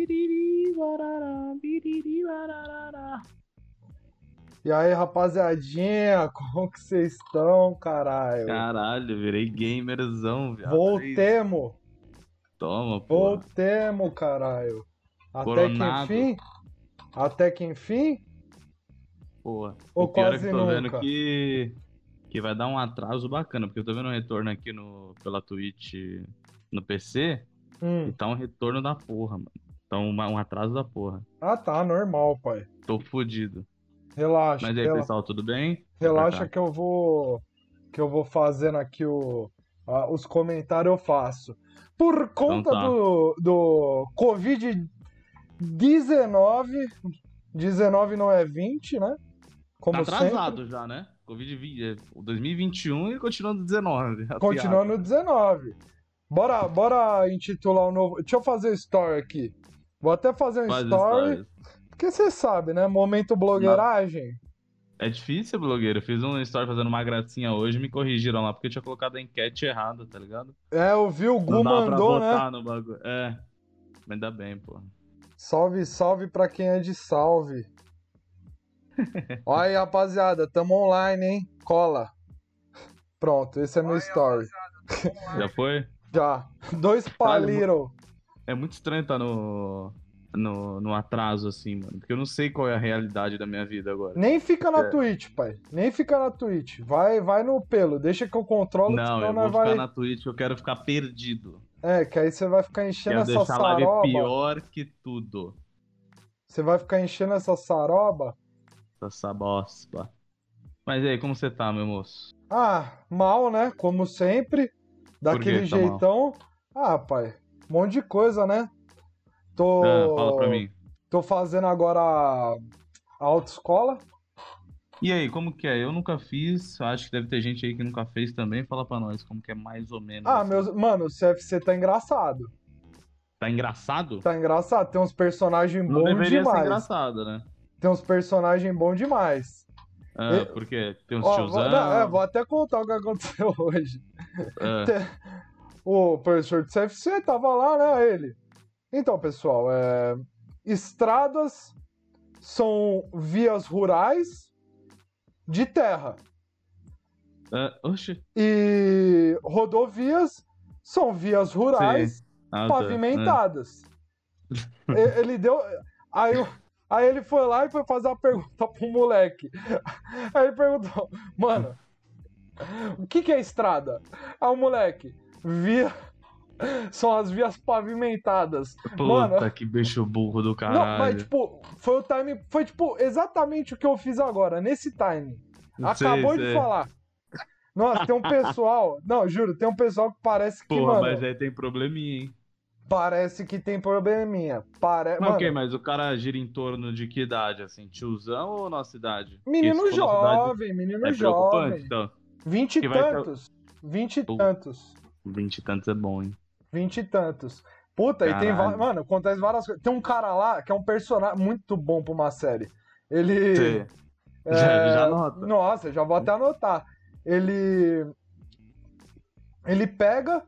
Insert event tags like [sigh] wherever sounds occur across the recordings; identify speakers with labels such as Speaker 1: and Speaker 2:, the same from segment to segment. Speaker 1: Biriri, barará, biriri, barará.
Speaker 2: E aí, rapaziadinha, [laughs] como que vocês estão, caralho?
Speaker 1: Caralho, virei gamerzão, viado.
Speaker 2: Voltemo,
Speaker 1: Toma, pô.
Speaker 2: voltemo, caralho. Até
Speaker 1: Coronado.
Speaker 2: que enfim? Até que enfim?
Speaker 1: Porra.
Speaker 2: Ou
Speaker 1: o pior é
Speaker 2: quase
Speaker 1: que eu tô vendo
Speaker 2: nunca.
Speaker 1: que, que vai dar um atraso bacana, porque eu tô vendo um retorno aqui no, pela Twitch no PC, e
Speaker 2: Hum.
Speaker 1: tá um retorno da porra, mano. Então, uma- um atraso da porra.
Speaker 2: Ah, tá, normal, pai.
Speaker 1: Tô fudido.
Speaker 2: Relaxa,
Speaker 1: Mas e aí, tá.
Speaker 2: rela-
Speaker 1: pessoal, tudo bem?
Speaker 2: relaxa que eu vou que eu vou fazendo aqui o a- os comentários eu faço. Por conta
Speaker 1: tá.
Speaker 2: do do COVID 19, 19 não é 20, né? Como
Speaker 1: Tá
Speaker 2: sempre.
Speaker 1: atrasado já, né? Covid-20, é 2021 e continuando 19. [laughs] a
Speaker 2: Continuando
Speaker 1: piada.
Speaker 2: 19. Bora, bora intitular o novo. Deixa eu fazer um story aqui. Vou até fazer um
Speaker 1: Faz
Speaker 2: story,
Speaker 1: stories.
Speaker 2: porque você sabe, né? Momento blogueiragem.
Speaker 1: É difícil, blogueiro. Eu fiz um story fazendo uma gracinha hoje me corrigiram lá, porque eu tinha colocado a enquete errada, tá ligado?
Speaker 2: É, eu vi o Gu
Speaker 1: dava
Speaker 2: mandou,
Speaker 1: pra
Speaker 2: né?
Speaker 1: votar no bagulho. É. Mas ainda bem, pô.
Speaker 2: Salve, salve pra quem é
Speaker 1: [laughs]
Speaker 2: de salve. Olha aí, rapaziada, tamo online, hein? Cola. Pronto, esse é meu story.
Speaker 1: Já foi?
Speaker 2: Já. Dois paliro.
Speaker 1: É muito estranho estar no, no, no atraso, assim, mano. Porque eu não sei qual é a realidade da minha vida agora.
Speaker 2: Nem fica na
Speaker 1: É.
Speaker 2: Twitch, pai. Nem fica na Twitch. Vai, vai no pelo. Deixa que eu controlo,
Speaker 1: Não,
Speaker 2: senão
Speaker 1: eu vou
Speaker 2: nós
Speaker 1: ficar
Speaker 2: vai.
Speaker 1: na Twitch, eu quero ficar perdido.
Speaker 2: É, que aí você vai ficar enchendo
Speaker 1: Quero
Speaker 2: essa
Speaker 1: deixar a live
Speaker 2: saroba.
Speaker 1: pior que tudo.
Speaker 2: Você vai ficar enchendo essa saroba.
Speaker 1: Essa bosta. Mas e aí, como você tá, meu moço?
Speaker 2: Ah, mal, né? Como sempre. Daquele
Speaker 1: que tá mal?
Speaker 2: jeitão. Ah, pai. Um monte de coisa, né? Tô.
Speaker 1: Ah, fala pra mim.
Speaker 2: Tô fazendo agora a a autoescola.
Speaker 1: E aí, como que é? Eu nunca fiz, acho que deve ter gente aí que nunca fez também. Fala pra nós como que é mais ou menos.
Speaker 2: Ah,
Speaker 1: assim.
Speaker 2: meus. Mano, o CFC tá engraçado.
Speaker 1: Tá engraçado?
Speaker 2: Tá engraçado. Tem uns personagens
Speaker 1: Não
Speaker 2: bons
Speaker 1: deveria ser
Speaker 2: demais.
Speaker 1: engraçado, né?
Speaker 2: Tem uns personagens bons demais.
Speaker 1: Ah,
Speaker 2: Eu-
Speaker 1: porque tem uns
Speaker 2: Ó,
Speaker 1: tiozão.
Speaker 2: vou, não, é, vou até contar o que aconteceu [laughs] hoje.
Speaker 1: ah,
Speaker 2: O professor do CFC tava lá, né? Ele. Então, pessoal, é, estradas são vias rurais de terra.
Speaker 1: ah, oxe.
Speaker 2: E rodovias são vias rurais
Speaker 1: Ah, tá. [laughs]
Speaker 2: pavimentadas. E- Ele deu. Aí, o- aí ele foi lá e foi fazer uma pergunta pro moleque. Aí ele perguntou, mano, o que, que é estrada? Aí o moleque, via. São as vias pavimentadas.
Speaker 1: Ah, Puta,
Speaker 2: Mano.
Speaker 1: que bicho burro do caralho.
Speaker 2: Não, mas tipo, foi o time. Foi tipo exatamente o que eu fiz agora, nesse time.
Speaker 1: Sei,
Speaker 2: Acabou de
Speaker 1: sei.
Speaker 2: falar. Nossa, tem um pessoal. Não, juro, tem um pessoal que parece que,
Speaker 1: Porra,
Speaker 2: mano.
Speaker 1: mas é- aí tem probleminha, hein?
Speaker 2: Parece que tem probleminha. Pare...
Speaker 1: Mas
Speaker 2: Mano,
Speaker 1: ok, mas o cara gira em torno de que idade, assim? Tiozão ou nossa idade? Porque
Speaker 2: Menino
Speaker 1: se for nossa idade,
Speaker 2: jovem, menino
Speaker 1: É preocupante,
Speaker 2: jovem.
Speaker 1: então.
Speaker 2: Vinte e
Speaker 1: Que vai ter-
Speaker 2: tantos. Vinte e
Speaker 1: Puta.
Speaker 2: tantos.
Speaker 1: Vinte e tantos é bom, hein?
Speaker 2: Vinte e tantos. Puta, e tem
Speaker 1: Caralho.
Speaker 2: vários. Mano, acontece várias coisas. Tem um cara lá que é um personagem muito bom pra uma série. Ele.
Speaker 1: Sei.
Speaker 2: é,
Speaker 1: [laughs] Já- já anota.
Speaker 2: Nossa, já vou até anotar. Ele. Ele pega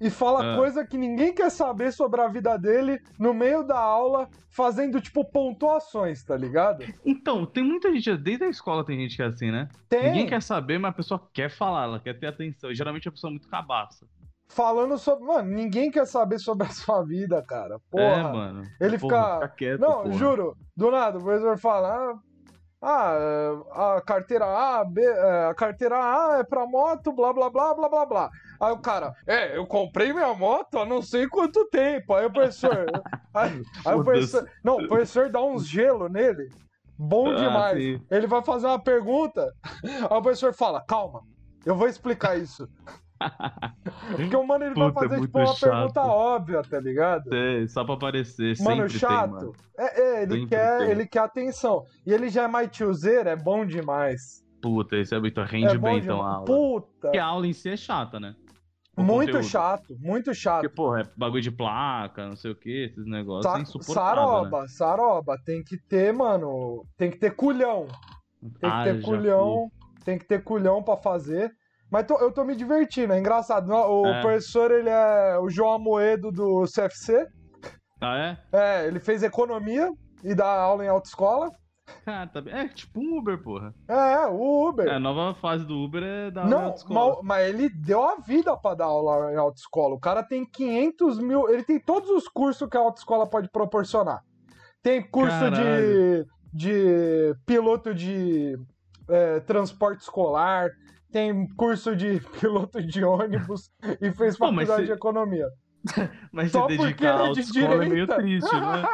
Speaker 2: e fala
Speaker 1: Ah.
Speaker 2: coisa que ninguém quer saber sobre a vida dele no meio da aula, fazendo tipo pontuações, tá ligado?
Speaker 1: Então, tem muita gente, desde a escola tem gente que é assim, né?
Speaker 2: Tem.
Speaker 1: Ninguém quer saber, mas a pessoa quer falar, ela quer ter atenção. E geralmente a pessoa é muito cabaça.
Speaker 2: falando sobre. Mano, ninguém quer saber sobre a sua vida, cara. Porra.
Speaker 1: é, mano.
Speaker 2: ele fica-
Speaker 1: quieto,
Speaker 2: Não,
Speaker 1: porra.
Speaker 2: juro. Do nada, o professor fala. Ah, ah, a carteira A, B, eh, a carteira A é pra moto, blá blá blá blá blá blá. Aí o cara, é, eu comprei minha moto há não sei quanto tempo. Aí o professor. [laughs] aí, aí
Speaker 1: Foda-se.
Speaker 2: o professor. Não, o professor dá uns gelo nele. Bom
Speaker 1: Ah,
Speaker 2: demais.
Speaker 1: sim.
Speaker 2: Ele vai fazer uma pergunta, [laughs] aí o professor fala, calma, eu vou
Speaker 1: [laughs]
Speaker 2: explicar isso. Porque o mano ele
Speaker 1: Puta,
Speaker 2: vai fazer
Speaker 1: é
Speaker 2: tipo
Speaker 1: muito
Speaker 2: uma pergunta
Speaker 1: chato.
Speaker 2: óbvia, tá ligado?
Speaker 1: É, só pra aparecer,
Speaker 2: Mano,
Speaker 1: sempre
Speaker 2: chato.
Speaker 1: tem, mano.
Speaker 2: É, é, ele
Speaker 1: Sempre
Speaker 2: quer,
Speaker 1: tem.
Speaker 2: ele quer atenção. E ele já é mais tiozeiro, é bom demais.
Speaker 1: Puta, isso é muito... Rende
Speaker 2: é bom
Speaker 1: bem,
Speaker 2: demais.
Speaker 1: então, a aula.
Speaker 2: Puta,
Speaker 1: Porque a aula em si é chata, né? O
Speaker 2: muito
Speaker 1: conteúdo.
Speaker 2: chato, muito
Speaker 1: Porque,
Speaker 2: chato.
Speaker 1: porra, é bagulho de placa, não sei o que, esses negócios
Speaker 2: Sa-
Speaker 1: é insuportável, né?
Speaker 2: saroba, saroba, tem que ter, mano, tem que ter culhão. Tem que
Speaker 1: Ah,
Speaker 2: ter
Speaker 1: já
Speaker 2: culhão, tem que ter culhão pra fazer. Mas tô- eu tô me divertindo, é engraçado. Não, é? O
Speaker 1: É.
Speaker 2: professor, ele é o João Amoedo do CFC.
Speaker 1: Ah, é?
Speaker 2: É, ele fez economia e dá aula em autoescola.
Speaker 1: Cara, tá bem. É tipo um Uber, porra.
Speaker 2: É, o Uber.
Speaker 1: É, a nova fase do Uber é dar aula em
Speaker 2: Não,
Speaker 1: autoescola.
Speaker 2: ma- mas ele deu a vida pra dar aula em autoescola. O cara tem 500 mil. Ele tem todos os cursos que a autoescola pode proporcionar. Tem curso de,
Speaker 1: Caralho.
Speaker 2: de piloto de é, transporte escolar. Tem curso de [laughs] piloto de ônibus e fez
Speaker 1: Pô, mas
Speaker 2: faculdade
Speaker 1: se-
Speaker 2: de economia. [laughs]
Speaker 1: Mas
Speaker 2: Só
Speaker 1: se
Speaker 2: porque
Speaker 1: dedicar
Speaker 2: ele
Speaker 1: à
Speaker 2: é de
Speaker 1: autoescola é meio
Speaker 2: direita.
Speaker 1: triste, né?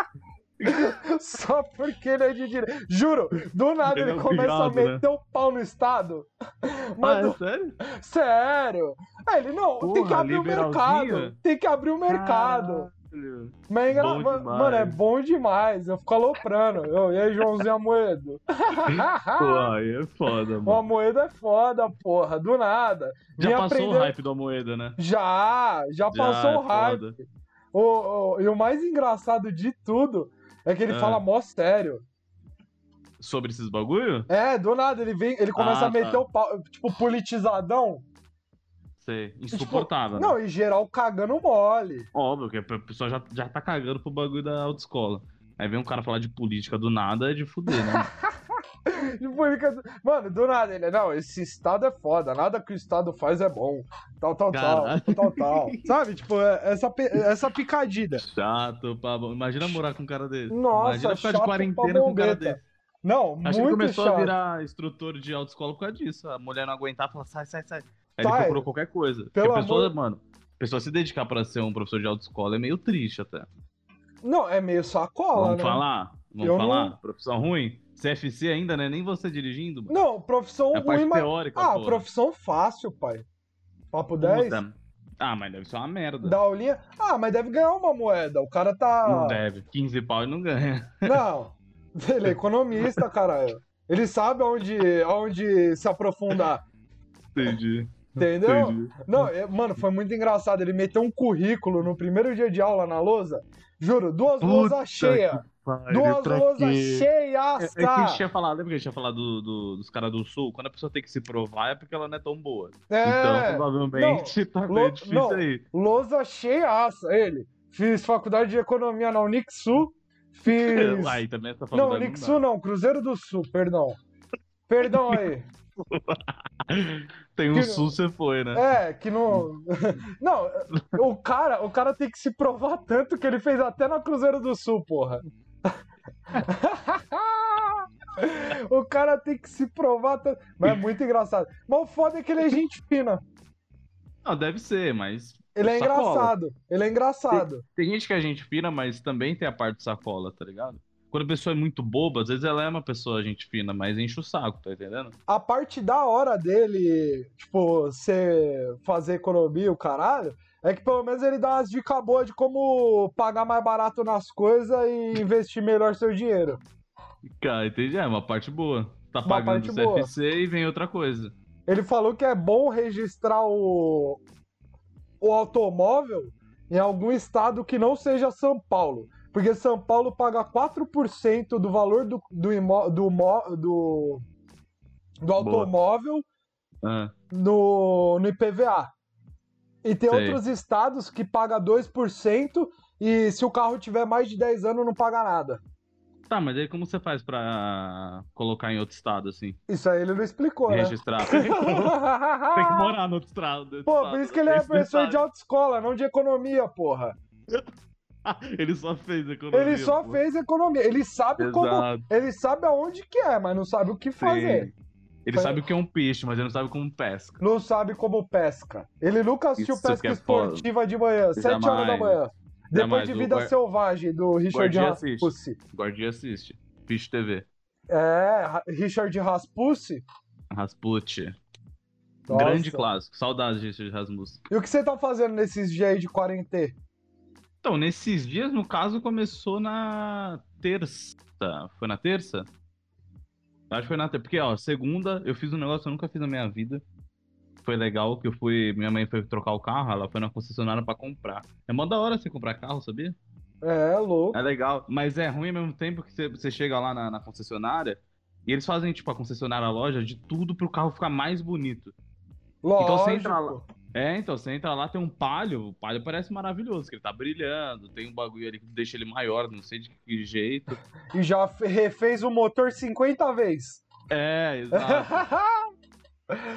Speaker 2: Só porque ele é de direita. Juro, do nada
Speaker 1: Ele
Speaker 2: ele,
Speaker 1: é um
Speaker 2: começa a
Speaker 1: viado, né?
Speaker 2: meter o pau no Estado. [laughs]
Speaker 1: Ah,
Speaker 2: Mas
Speaker 1: é
Speaker 2: do
Speaker 1: sério?
Speaker 2: Sério? Ah, ele não, tem que
Speaker 1: Porra,
Speaker 2: abrir o
Speaker 1: liberalzinho.
Speaker 2: mercado. Tem que abrir o mercado.
Speaker 1: Caralho.
Speaker 2: Mas é engra-
Speaker 1: Bom
Speaker 2: ma-
Speaker 1: demais.
Speaker 2: Mano, é bom demais. Eu fico aloprando. Eu, e aí, Joãozinho Amoedo?
Speaker 1: [laughs] Pô, aí é foda,
Speaker 2: [laughs] o
Speaker 1: mano.
Speaker 2: Amoedo é foda, porra. Do nada.
Speaker 1: Já
Speaker 2: Vim
Speaker 1: passou
Speaker 2: aprender-
Speaker 1: o hype da moeda, né?
Speaker 2: Já, já, passou
Speaker 1: Já, é
Speaker 2: o hype.
Speaker 1: foda.
Speaker 2: O- o- e o mais engraçado de tudo é que ele
Speaker 1: Ah.
Speaker 2: fala mó sério.
Speaker 1: Sobre esses bagulho?
Speaker 2: É, do nada, ele vem, ele começa
Speaker 1: Ah,
Speaker 2: a meter
Speaker 1: tá.
Speaker 2: o pau, tipo, politizadão.
Speaker 1: Sei. Insuportável. né?
Speaker 2: Não, e geral cagando mole.
Speaker 1: Óbvio, que a pessoa já, já tá cagando pro bagulho da autoescola. Aí vem um cara falar de política do nada, é de fuder, né? [laughs]
Speaker 2: Tipo, ele quer- Mano, do nada ele, não, esse Estado é foda, nada que o Estado faz é bom. Tal, tal, tal,
Speaker 1: Caralho. [laughs]
Speaker 2: tal, tal. Sabe, tipo, é- essa, pe- essa picadilha.
Speaker 1: Chato, pabão. Imagina morar com um cara desse.
Speaker 2: Nossa,
Speaker 1: Imagina ficar
Speaker 2: chato
Speaker 1: de quarentena com um cara
Speaker 2: pra
Speaker 1: desse.
Speaker 2: Não,
Speaker 1: Acho que ele
Speaker 2: muito
Speaker 1: começou
Speaker 2: chato.
Speaker 1: a virar instrutor de autoescola por causa disso. A mulher não aguentava, falava, sai, sai, sai. Aí ele
Speaker 2: Sai.
Speaker 1: procurou qualquer coisa. Porque a
Speaker 2: Pelo
Speaker 1: pessoa,
Speaker 2: amor-
Speaker 1: mano, a pessoa se dedicar pra ser um professor de autoescola é meio triste até.
Speaker 2: Não, é meio sacola,
Speaker 1: Vamos
Speaker 2: né?
Speaker 1: falar? Vamos
Speaker 2: Eu não-
Speaker 1: falar? Profissão ruim? CFC ainda, né? Nem você dirigindo, mano.
Speaker 2: Não, profissão
Speaker 1: é a parte
Speaker 2: ruim, mas.
Speaker 1: teórica,
Speaker 2: Ah,
Speaker 1: porra.
Speaker 2: profissão fácil, pai. Papo 10?
Speaker 1: Puta. Ah, mas deve ser uma merda.
Speaker 2: Da aulinha. Ah, mas deve ganhar uma moeda. O cara tá.
Speaker 1: Não deve. 15 pau e não ganha.
Speaker 2: [laughs]
Speaker 1: [laughs]
Speaker 2: Não, ele é economista, caralho. Ele sabe aonde, aonde
Speaker 1: [laughs]
Speaker 2: se aprofundar,
Speaker 1: Entendi.
Speaker 2: entendeu?
Speaker 1: Entendi.
Speaker 2: Não, é- mano, foi muito engraçado. Ele meteu um currículo no primeiro dia de aula na lousa. Juro, duas
Speaker 1: Puta
Speaker 2: lousas cheias. Duas lousas cheias,
Speaker 1: É, é que a gente
Speaker 2: cara.
Speaker 1: tinha falado, lembra que a gente tinha falado do- do- dos caras do sul? Quando a pessoa tem que se provar é porque ela não é tão boa.
Speaker 2: É,
Speaker 1: Então, provavelmente, tá meio
Speaker 2: lo-
Speaker 1: difícil
Speaker 2: não.
Speaker 1: aí.
Speaker 2: lousa cheiaça. Ele, fiz faculdade de economia na
Speaker 1: [laughs]
Speaker 2: Unixu, fiz...
Speaker 1: Aí também essa
Speaker 2: Não,
Speaker 1: faculdade
Speaker 2: Unixu não, Cruzeiro do Sul, perdão. Perdão aí.
Speaker 1: Tem um
Speaker 2: Que-
Speaker 1: sul, você foi, né?
Speaker 2: É, que não. [laughs] Não, o cara, o cara tem que se provar tanto que ele fez até na Cruzeiro do Sul, porra. [laughs] o cara tem que se provar tanto. Mas é muito engraçado. Mas o foda é que ele é gente fina.
Speaker 1: Não, deve ser, mas...
Speaker 2: Ele é
Speaker 1: sacola.
Speaker 2: engraçado. Ele é engraçado.
Speaker 1: Tem gente que a gente fina, mas também tem a parte sacola, tá ligado? Quando a pessoa é muito boba, às vezes ela é uma pessoa gente fina, mas enche o saco, tá entendendo?
Speaker 2: A parte da hora dele, tipo, ser, fazer economia, o caralho, é que pelo menos ele dá umas dicas boas de como pagar mais barato nas coisas e investir melhor seu dinheiro.
Speaker 1: Cara, entendi. É uma parte boa. Tá
Speaker 2: Uma
Speaker 1: pagando
Speaker 2: parte
Speaker 1: o
Speaker 2: boa.
Speaker 1: CFC e vem outra coisa.
Speaker 2: Ele falou que é bom registrar o, o automóvel em algum estado que não seja São Paulo. Porque São Paulo paga 4% do valor do, do, imó, do, mó- do, do automóvel
Speaker 1: Ah,
Speaker 2: no, no IPVA. E tem
Speaker 1: Sei.
Speaker 2: outros estados que paga 2% e se o carro tiver mais de 10 anos não paga nada.
Speaker 1: Tá, mas aí como você faz pra colocar em outro estado, assim?
Speaker 2: Isso aí ele não explicou,
Speaker 1: e
Speaker 2: né?
Speaker 1: registrar? Tem que morar no outro estado. no outro
Speaker 2: [laughs] Pô,
Speaker 1: estado,
Speaker 2: por isso que ele é
Speaker 1: esse
Speaker 2: professor de
Speaker 1: detalhe.
Speaker 2: autoescola, não de economia, porra.
Speaker 1: [laughs] Ele só fez economia.
Speaker 2: Ele só
Speaker 1: pô.
Speaker 2: fez economia. Ele sabe como.
Speaker 1: Exato,
Speaker 2: Ele sabe aonde que é, mas não sabe o que fazer.
Speaker 1: sim. Ele sabe o que é um peixe, mas ele não sabe como pesca.
Speaker 2: Não sabe como pesca. Ele nunca assistiu
Speaker 1: Isso
Speaker 2: pesca
Speaker 1: que é foda.
Speaker 2: esportiva de manhã,
Speaker 1: Jamais.
Speaker 2: 7 horas da manhã. Depois
Speaker 1: Jamais.
Speaker 2: de
Speaker 1: O
Speaker 2: Vida
Speaker 1: guar-
Speaker 2: Selvagem, do Richard
Speaker 1: guardinha assiste.
Speaker 2: Raspucci.
Speaker 1: Guardi assiste. Fish TV.
Speaker 2: É, Ra- Richard Raspucci.
Speaker 1: Rasputin.
Speaker 2: Nossa.
Speaker 1: Grande clássico. Saudades disso de Rasmus.
Speaker 2: E o que você tá fazendo nesses dias aí de quarentena?
Speaker 1: Então, nesses dias, no caso, começou na terça. Foi na terça? Acho que foi na terça. Porque, ó, segunda eu fiz um negócio que eu nunca fiz na minha vida. Foi legal que eu fui. Minha mãe foi trocar o carro, ela foi na concessionária pra comprar. É mó da hora você comprar carro, sabia?
Speaker 2: É, louco.
Speaker 1: É legal. Mas é ruim ao mesmo tempo que você, você chega lá na, na concessionária e eles fazem, tipo, a concessionária a loja de tudo pro carro ficar mais bonito.
Speaker 2: Lógico.
Speaker 1: Então você entra lá. É, então, você entra lá, tem um palho, o palho parece maravilhoso, que ele tá brilhando, tem um bagulho ali que deixa ele maior, não sei de que jeito.
Speaker 2: E já fe- refez o motor 50 vezes. [laughs]
Speaker 1: É, exato.
Speaker 2: tá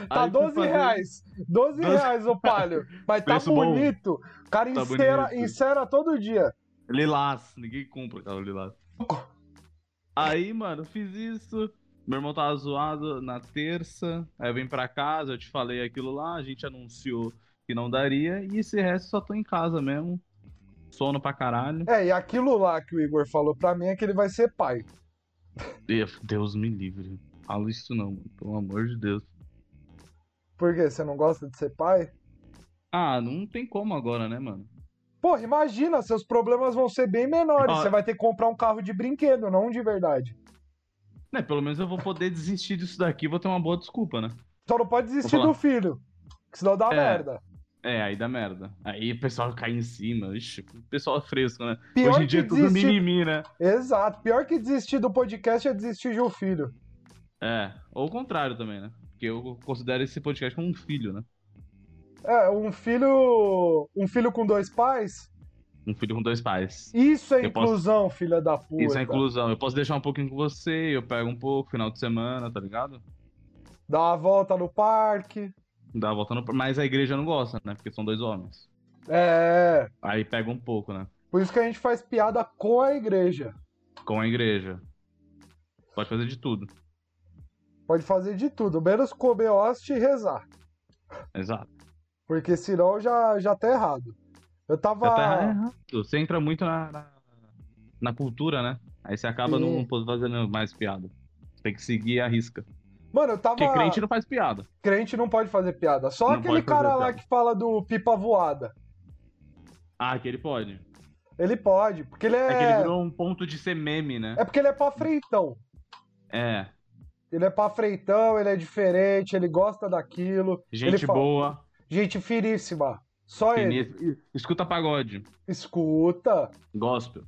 Speaker 1: Aí um fui
Speaker 2: 12
Speaker 1: fazer-
Speaker 2: reais. 12
Speaker 1: 12
Speaker 2: reais
Speaker 1: [laughs]
Speaker 2: o palho. Mas tá
Speaker 1: Preço bom.
Speaker 2: bonito. O cara
Speaker 1: Tá
Speaker 2: encera,
Speaker 1: bonito.
Speaker 2: encera todo dia.
Speaker 1: Lilás, ninguém compra carro Lilás. Aí, mano, fiz isso. Meu irmão tava zoado na terça. Aí eu vim pra casa, eu te falei aquilo lá, a gente anunciou que não daria. E esse resto só tô em casa mesmo. Sono pra caralho.
Speaker 2: É, e aquilo lá que o Igor falou pra mim é que ele vai ser pai.
Speaker 1: E eu- Deus me livre. Falo isso não, mano, pelo amor de Deus.
Speaker 2: Por quê? Você não gosta de ser pai?
Speaker 1: Ah, não tem como agora, né, mano?
Speaker 2: Porra, imagina, seus problemas vão ser bem menores.
Speaker 1: Ah.
Speaker 2: Você vai ter que comprar um carro de brinquedo, não um de verdade.
Speaker 1: Né, pelo menos eu vou poder desistir disso daqui, vou ter uma boa desculpa, né?
Speaker 2: Só não pode desistir
Speaker 1: falar.
Speaker 2: do filho. Que senão dá
Speaker 1: É.
Speaker 2: merda.
Speaker 1: É, aí dá merda. Aí o pessoal cai em cima. Ixi, o pessoal é fresco, né?
Speaker 2: Pior
Speaker 1: Hoje em dia é
Speaker 2: que
Speaker 1: tudo
Speaker 2: desistir.
Speaker 1: mimimi, né?
Speaker 2: Exato. Pior que desistir do podcast é desistir de um filho.
Speaker 1: É, ou o contrário também, né? Porque eu considero esse podcast como um filho, né?
Speaker 2: É, um filho. Um filho com dois pais?
Speaker 1: Um filho com dois pais.
Speaker 2: Isso é
Speaker 1: Eu posso-
Speaker 2: inclusão, filha da puta.
Speaker 1: Isso é inclusão. Eu posso deixar um pouquinho com você, eu pego um pouco, final de semana, tá ligado?
Speaker 2: Dá uma volta no parque.
Speaker 1: Dá a volta no... Mas a igreja não gosta, né? Porque são dois homens.
Speaker 2: É.
Speaker 1: Aí pega um pouco, né?
Speaker 2: Por isso que a gente faz piada com a igreja.
Speaker 1: Com a igreja. Pode fazer de tudo.
Speaker 2: Pode fazer de tudo, menos comer hóstia e rezar.
Speaker 1: Exato.
Speaker 2: Porque senão já, já tá errado. Eu tava.
Speaker 1: Até tá errado. é né? Você entra muito na, na, na cultura, né? Aí você acaba
Speaker 2: Sim.
Speaker 1: não fazendo mais piada. Tem que seguir a risca.
Speaker 2: Mano, eu tava.
Speaker 1: Porque crente não faz piada.
Speaker 2: Crente não pode fazer piada. Só
Speaker 1: Não
Speaker 2: aquele
Speaker 1: pode fazer
Speaker 2: cara lá
Speaker 1: piada.
Speaker 2: que fala do pipa voada.
Speaker 1: Ah, que ele pode.
Speaker 2: Ele pode, porque ele é.
Speaker 1: É, que ele virou um ponto de ser meme, né?
Speaker 2: É porque ele é pra freitão.
Speaker 1: É.
Speaker 2: Ele é pra freitão, ele é diferente, ele gosta daquilo.
Speaker 1: Gente
Speaker 2: ele fala-
Speaker 1: boa,
Speaker 2: Gente finíssima. Só ele.
Speaker 1: finíssima. Escuta pagode.
Speaker 2: Escuta.
Speaker 1: Gospel.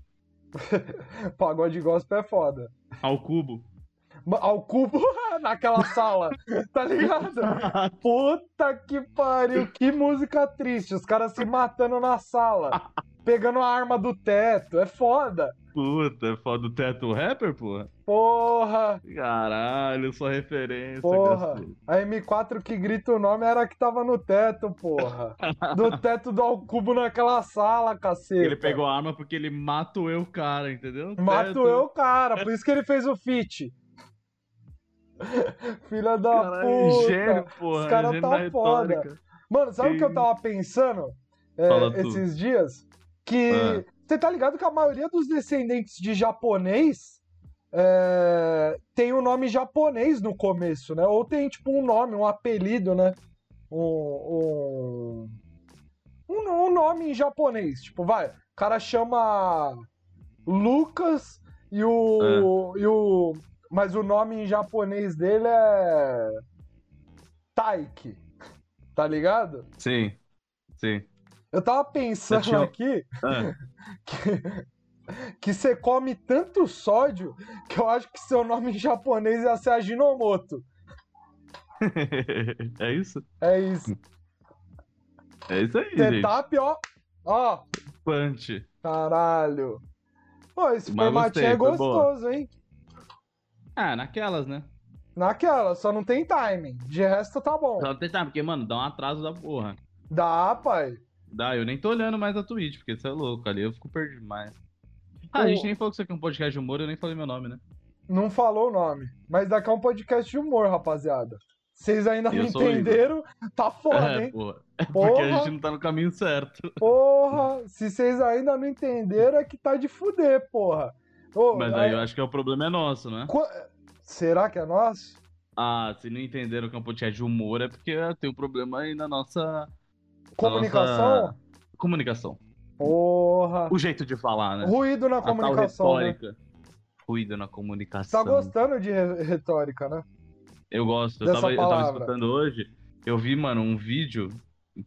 Speaker 2: Pagode gospel é foda.
Speaker 1: Ao cubo.
Speaker 2: Ma- Ao cubo [laughs] naquela sala,
Speaker 1: [laughs]
Speaker 2: tá ligado? Puta que pariu, que música triste. Os caras se matando na sala, pegando a arma do teto. É foda.
Speaker 1: Puta, é foda do teto rapper, porra.
Speaker 2: Porra,
Speaker 1: Caralho, sua referência.
Speaker 2: porra.
Speaker 1: cacete.
Speaker 2: A M4 que grita o nome era a que tava no teto, porra. Do teto do Ao cubo naquela sala, cacete.
Speaker 1: Ele pegou a arma porque ele matou eu, cara, entendeu?
Speaker 2: Mato
Speaker 1: Teto.
Speaker 2: eu, cara. Por isso que ele fez o fit. [laughs] Filha da
Speaker 1: Caralho,
Speaker 2: puta.
Speaker 1: gênio, porra.
Speaker 2: Os cara
Speaker 1: gênio
Speaker 2: tá
Speaker 1: da retórica.
Speaker 2: Mano, sabe o que eu
Speaker 1: Que
Speaker 2: tava pensando é,
Speaker 1: Fala tu.
Speaker 2: esses dias? Que
Speaker 1: Ah.
Speaker 2: você tá ligado que a maioria dos descendentes de japonês é, tem o nome japonês no começo, né? Ou tem tipo um nome, um apelido, né? Um, um, um, um nome em japonês. Tipo, vai, o cara chama Lucas e o,
Speaker 1: Ah.
Speaker 2: e o. Mas o nome em japonês dele é. Taiki. Tá ligado?
Speaker 1: Sim, sim.
Speaker 2: Eu tava pensando
Speaker 1: Eu tinha-
Speaker 2: aqui
Speaker 1: Ah,
Speaker 2: que você come tanto sódio que eu acho que seu nome em japonês ia ser Ajinomoto.
Speaker 1: [laughs] é isso?
Speaker 2: É isso.
Speaker 1: É isso aí, gente.
Speaker 2: Tetap, ó. Ó,
Speaker 1: Punch.
Speaker 2: caralho. Pô, esse
Speaker 1: Mas
Speaker 2: formatinho
Speaker 1: gostei, foi boa.
Speaker 2: é gostoso, hein?
Speaker 1: Ah, naquelas, né?
Speaker 2: Naquela, só não tem timing. De resto tá bom.
Speaker 1: Só tentar, porque, mano, dá um atraso da porra.
Speaker 2: Dá, pai.
Speaker 1: Dá, eu nem tô olhando mais a Twitch, porque você é louco ali, eu fico perdido mais. Ah,
Speaker 2: Ô.
Speaker 1: a gente nem falou que isso aqui é um podcast de humor, eu nem falei meu nome, né?
Speaker 2: Não falou o nome. Mas daqui é um podcast de humor, rapaziada. Vocês ainda
Speaker 1: Eu
Speaker 2: não
Speaker 1: sou o Igor.
Speaker 2: entenderam? Tá foda,
Speaker 1: [laughs] é,
Speaker 2: hein?
Speaker 1: porra. Porque a
Speaker 2: Porra.
Speaker 1: gente não tá no caminho certo.
Speaker 2: Porra, se vocês ainda não entenderam, é que tá de fuder, porra. Ô,
Speaker 1: Mas aí eu acho que o problema é nosso, né?
Speaker 2: qua- Será que é nosso?
Speaker 1: Ah, se não entenderam que é um podcast de humor, é porque tem um problema aí na nossa
Speaker 2: Comunicação?
Speaker 1: comunicação.
Speaker 2: Porra.
Speaker 1: O jeito de falar, né?
Speaker 2: Ruído na
Speaker 1: a tal
Speaker 2: comunicação, né?
Speaker 1: retórica. Ruído na
Speaker 2: Tá
Speaker 1: comunicação.
Speaker 2: gostando de re- retórica, né?
Speaker 1: Eu gosto. Eu
Speaker 2: Dessa
Speaker 1: tava, eu tava
Speaker 2: palavra.
Speaker 1: escutando hoje, eu vi, mano, um vídeo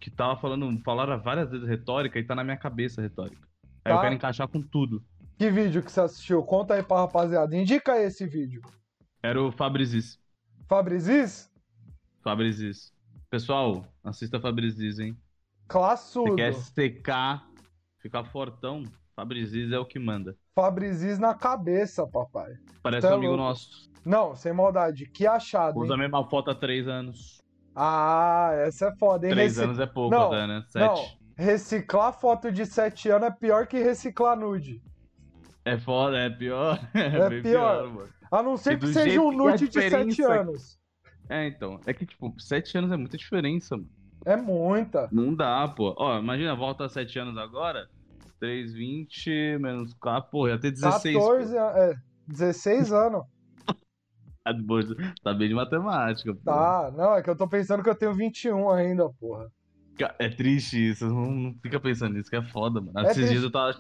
Speaker 1: que tava falando, falaram várias vezes retórica e tá na minha cabeça retórica. Aí eu
Speaker 2: Tá.
Speaker 1: quero encaixar com tudo.
Speaker 2: Que vídeo que você assistiu? Conta aí pra rapaziada. Indica aí esse vídeo.
Speaker 1: Era o Fabrizis.
Speaker 2: Fabrizis?
Speaker 1: Fabrizis. Pessoal, assista Fabriziz, hein? Você
Speaker 2: Classudo.
Speaker 1: quer secar, ficar fortão? Fabriziz é o que manda.
Speaker 2: Fabriziz na cabeça, papai.
Speaker 1: Parece
Speaker 2: Tá
Speaker 1: um amigo
Speaker 2: louco. Tá
Speaker 1: nosso.
Speaker 2: Não, sem maldade. Que achado,
Speaker 1: Usa a
Speaker 2: hein?
Speaker 1: mesma foto há três anos.
Speaker 2: Ah, essa é foda, hein?
Speaker 1: Três
Speaker 2: Reci-
Speaker 1: anos é pouco,
Speaker 2: Não,
Speaker 1: até, né? Sete.
Speaker 2: Não, reciclar foto de 7 anos é pior que reciclar nude.
Speaker 1: É foda, é pior. [laughs] É, bem
Speaker 2: pior.
Speaker 1: mano.
Speaker 2: A não ser
Speaker 1: E
Speaker 2: que
Speaker 1: do
Speaker 2: seja
Speaker 1: jeito
Speaker 2: um
Speaker 1: que é a
Speaker 2: nude de 7
Speaker 1: diferença-
Speaker 2: anos.
Speaker 1: É, então. É que, tipo, sete anos é muita diferença, mano.
Speaker 2: É muita.
Speaker 1: Não dá, pô. Ó, imagina, volta a sete anos agora. 3,20 menos 4, pô, ia ter 16. pô.
Speaker 2: 14 anos. É, 16 anos.
Speaker 1: Ah, boa, Tá bem de matemática, pô.
Speaker 2: Tá, não, é que eu tô pensando que eu tenho 21 ainda, porra.
Speaker 1: Ca- É triste isso, não, não fica pensando nisso, que é foda, mano.
Speaker 2: É
Speaker 1: Esses
Speaker 2: triste.
Speaker 1: dias eu tava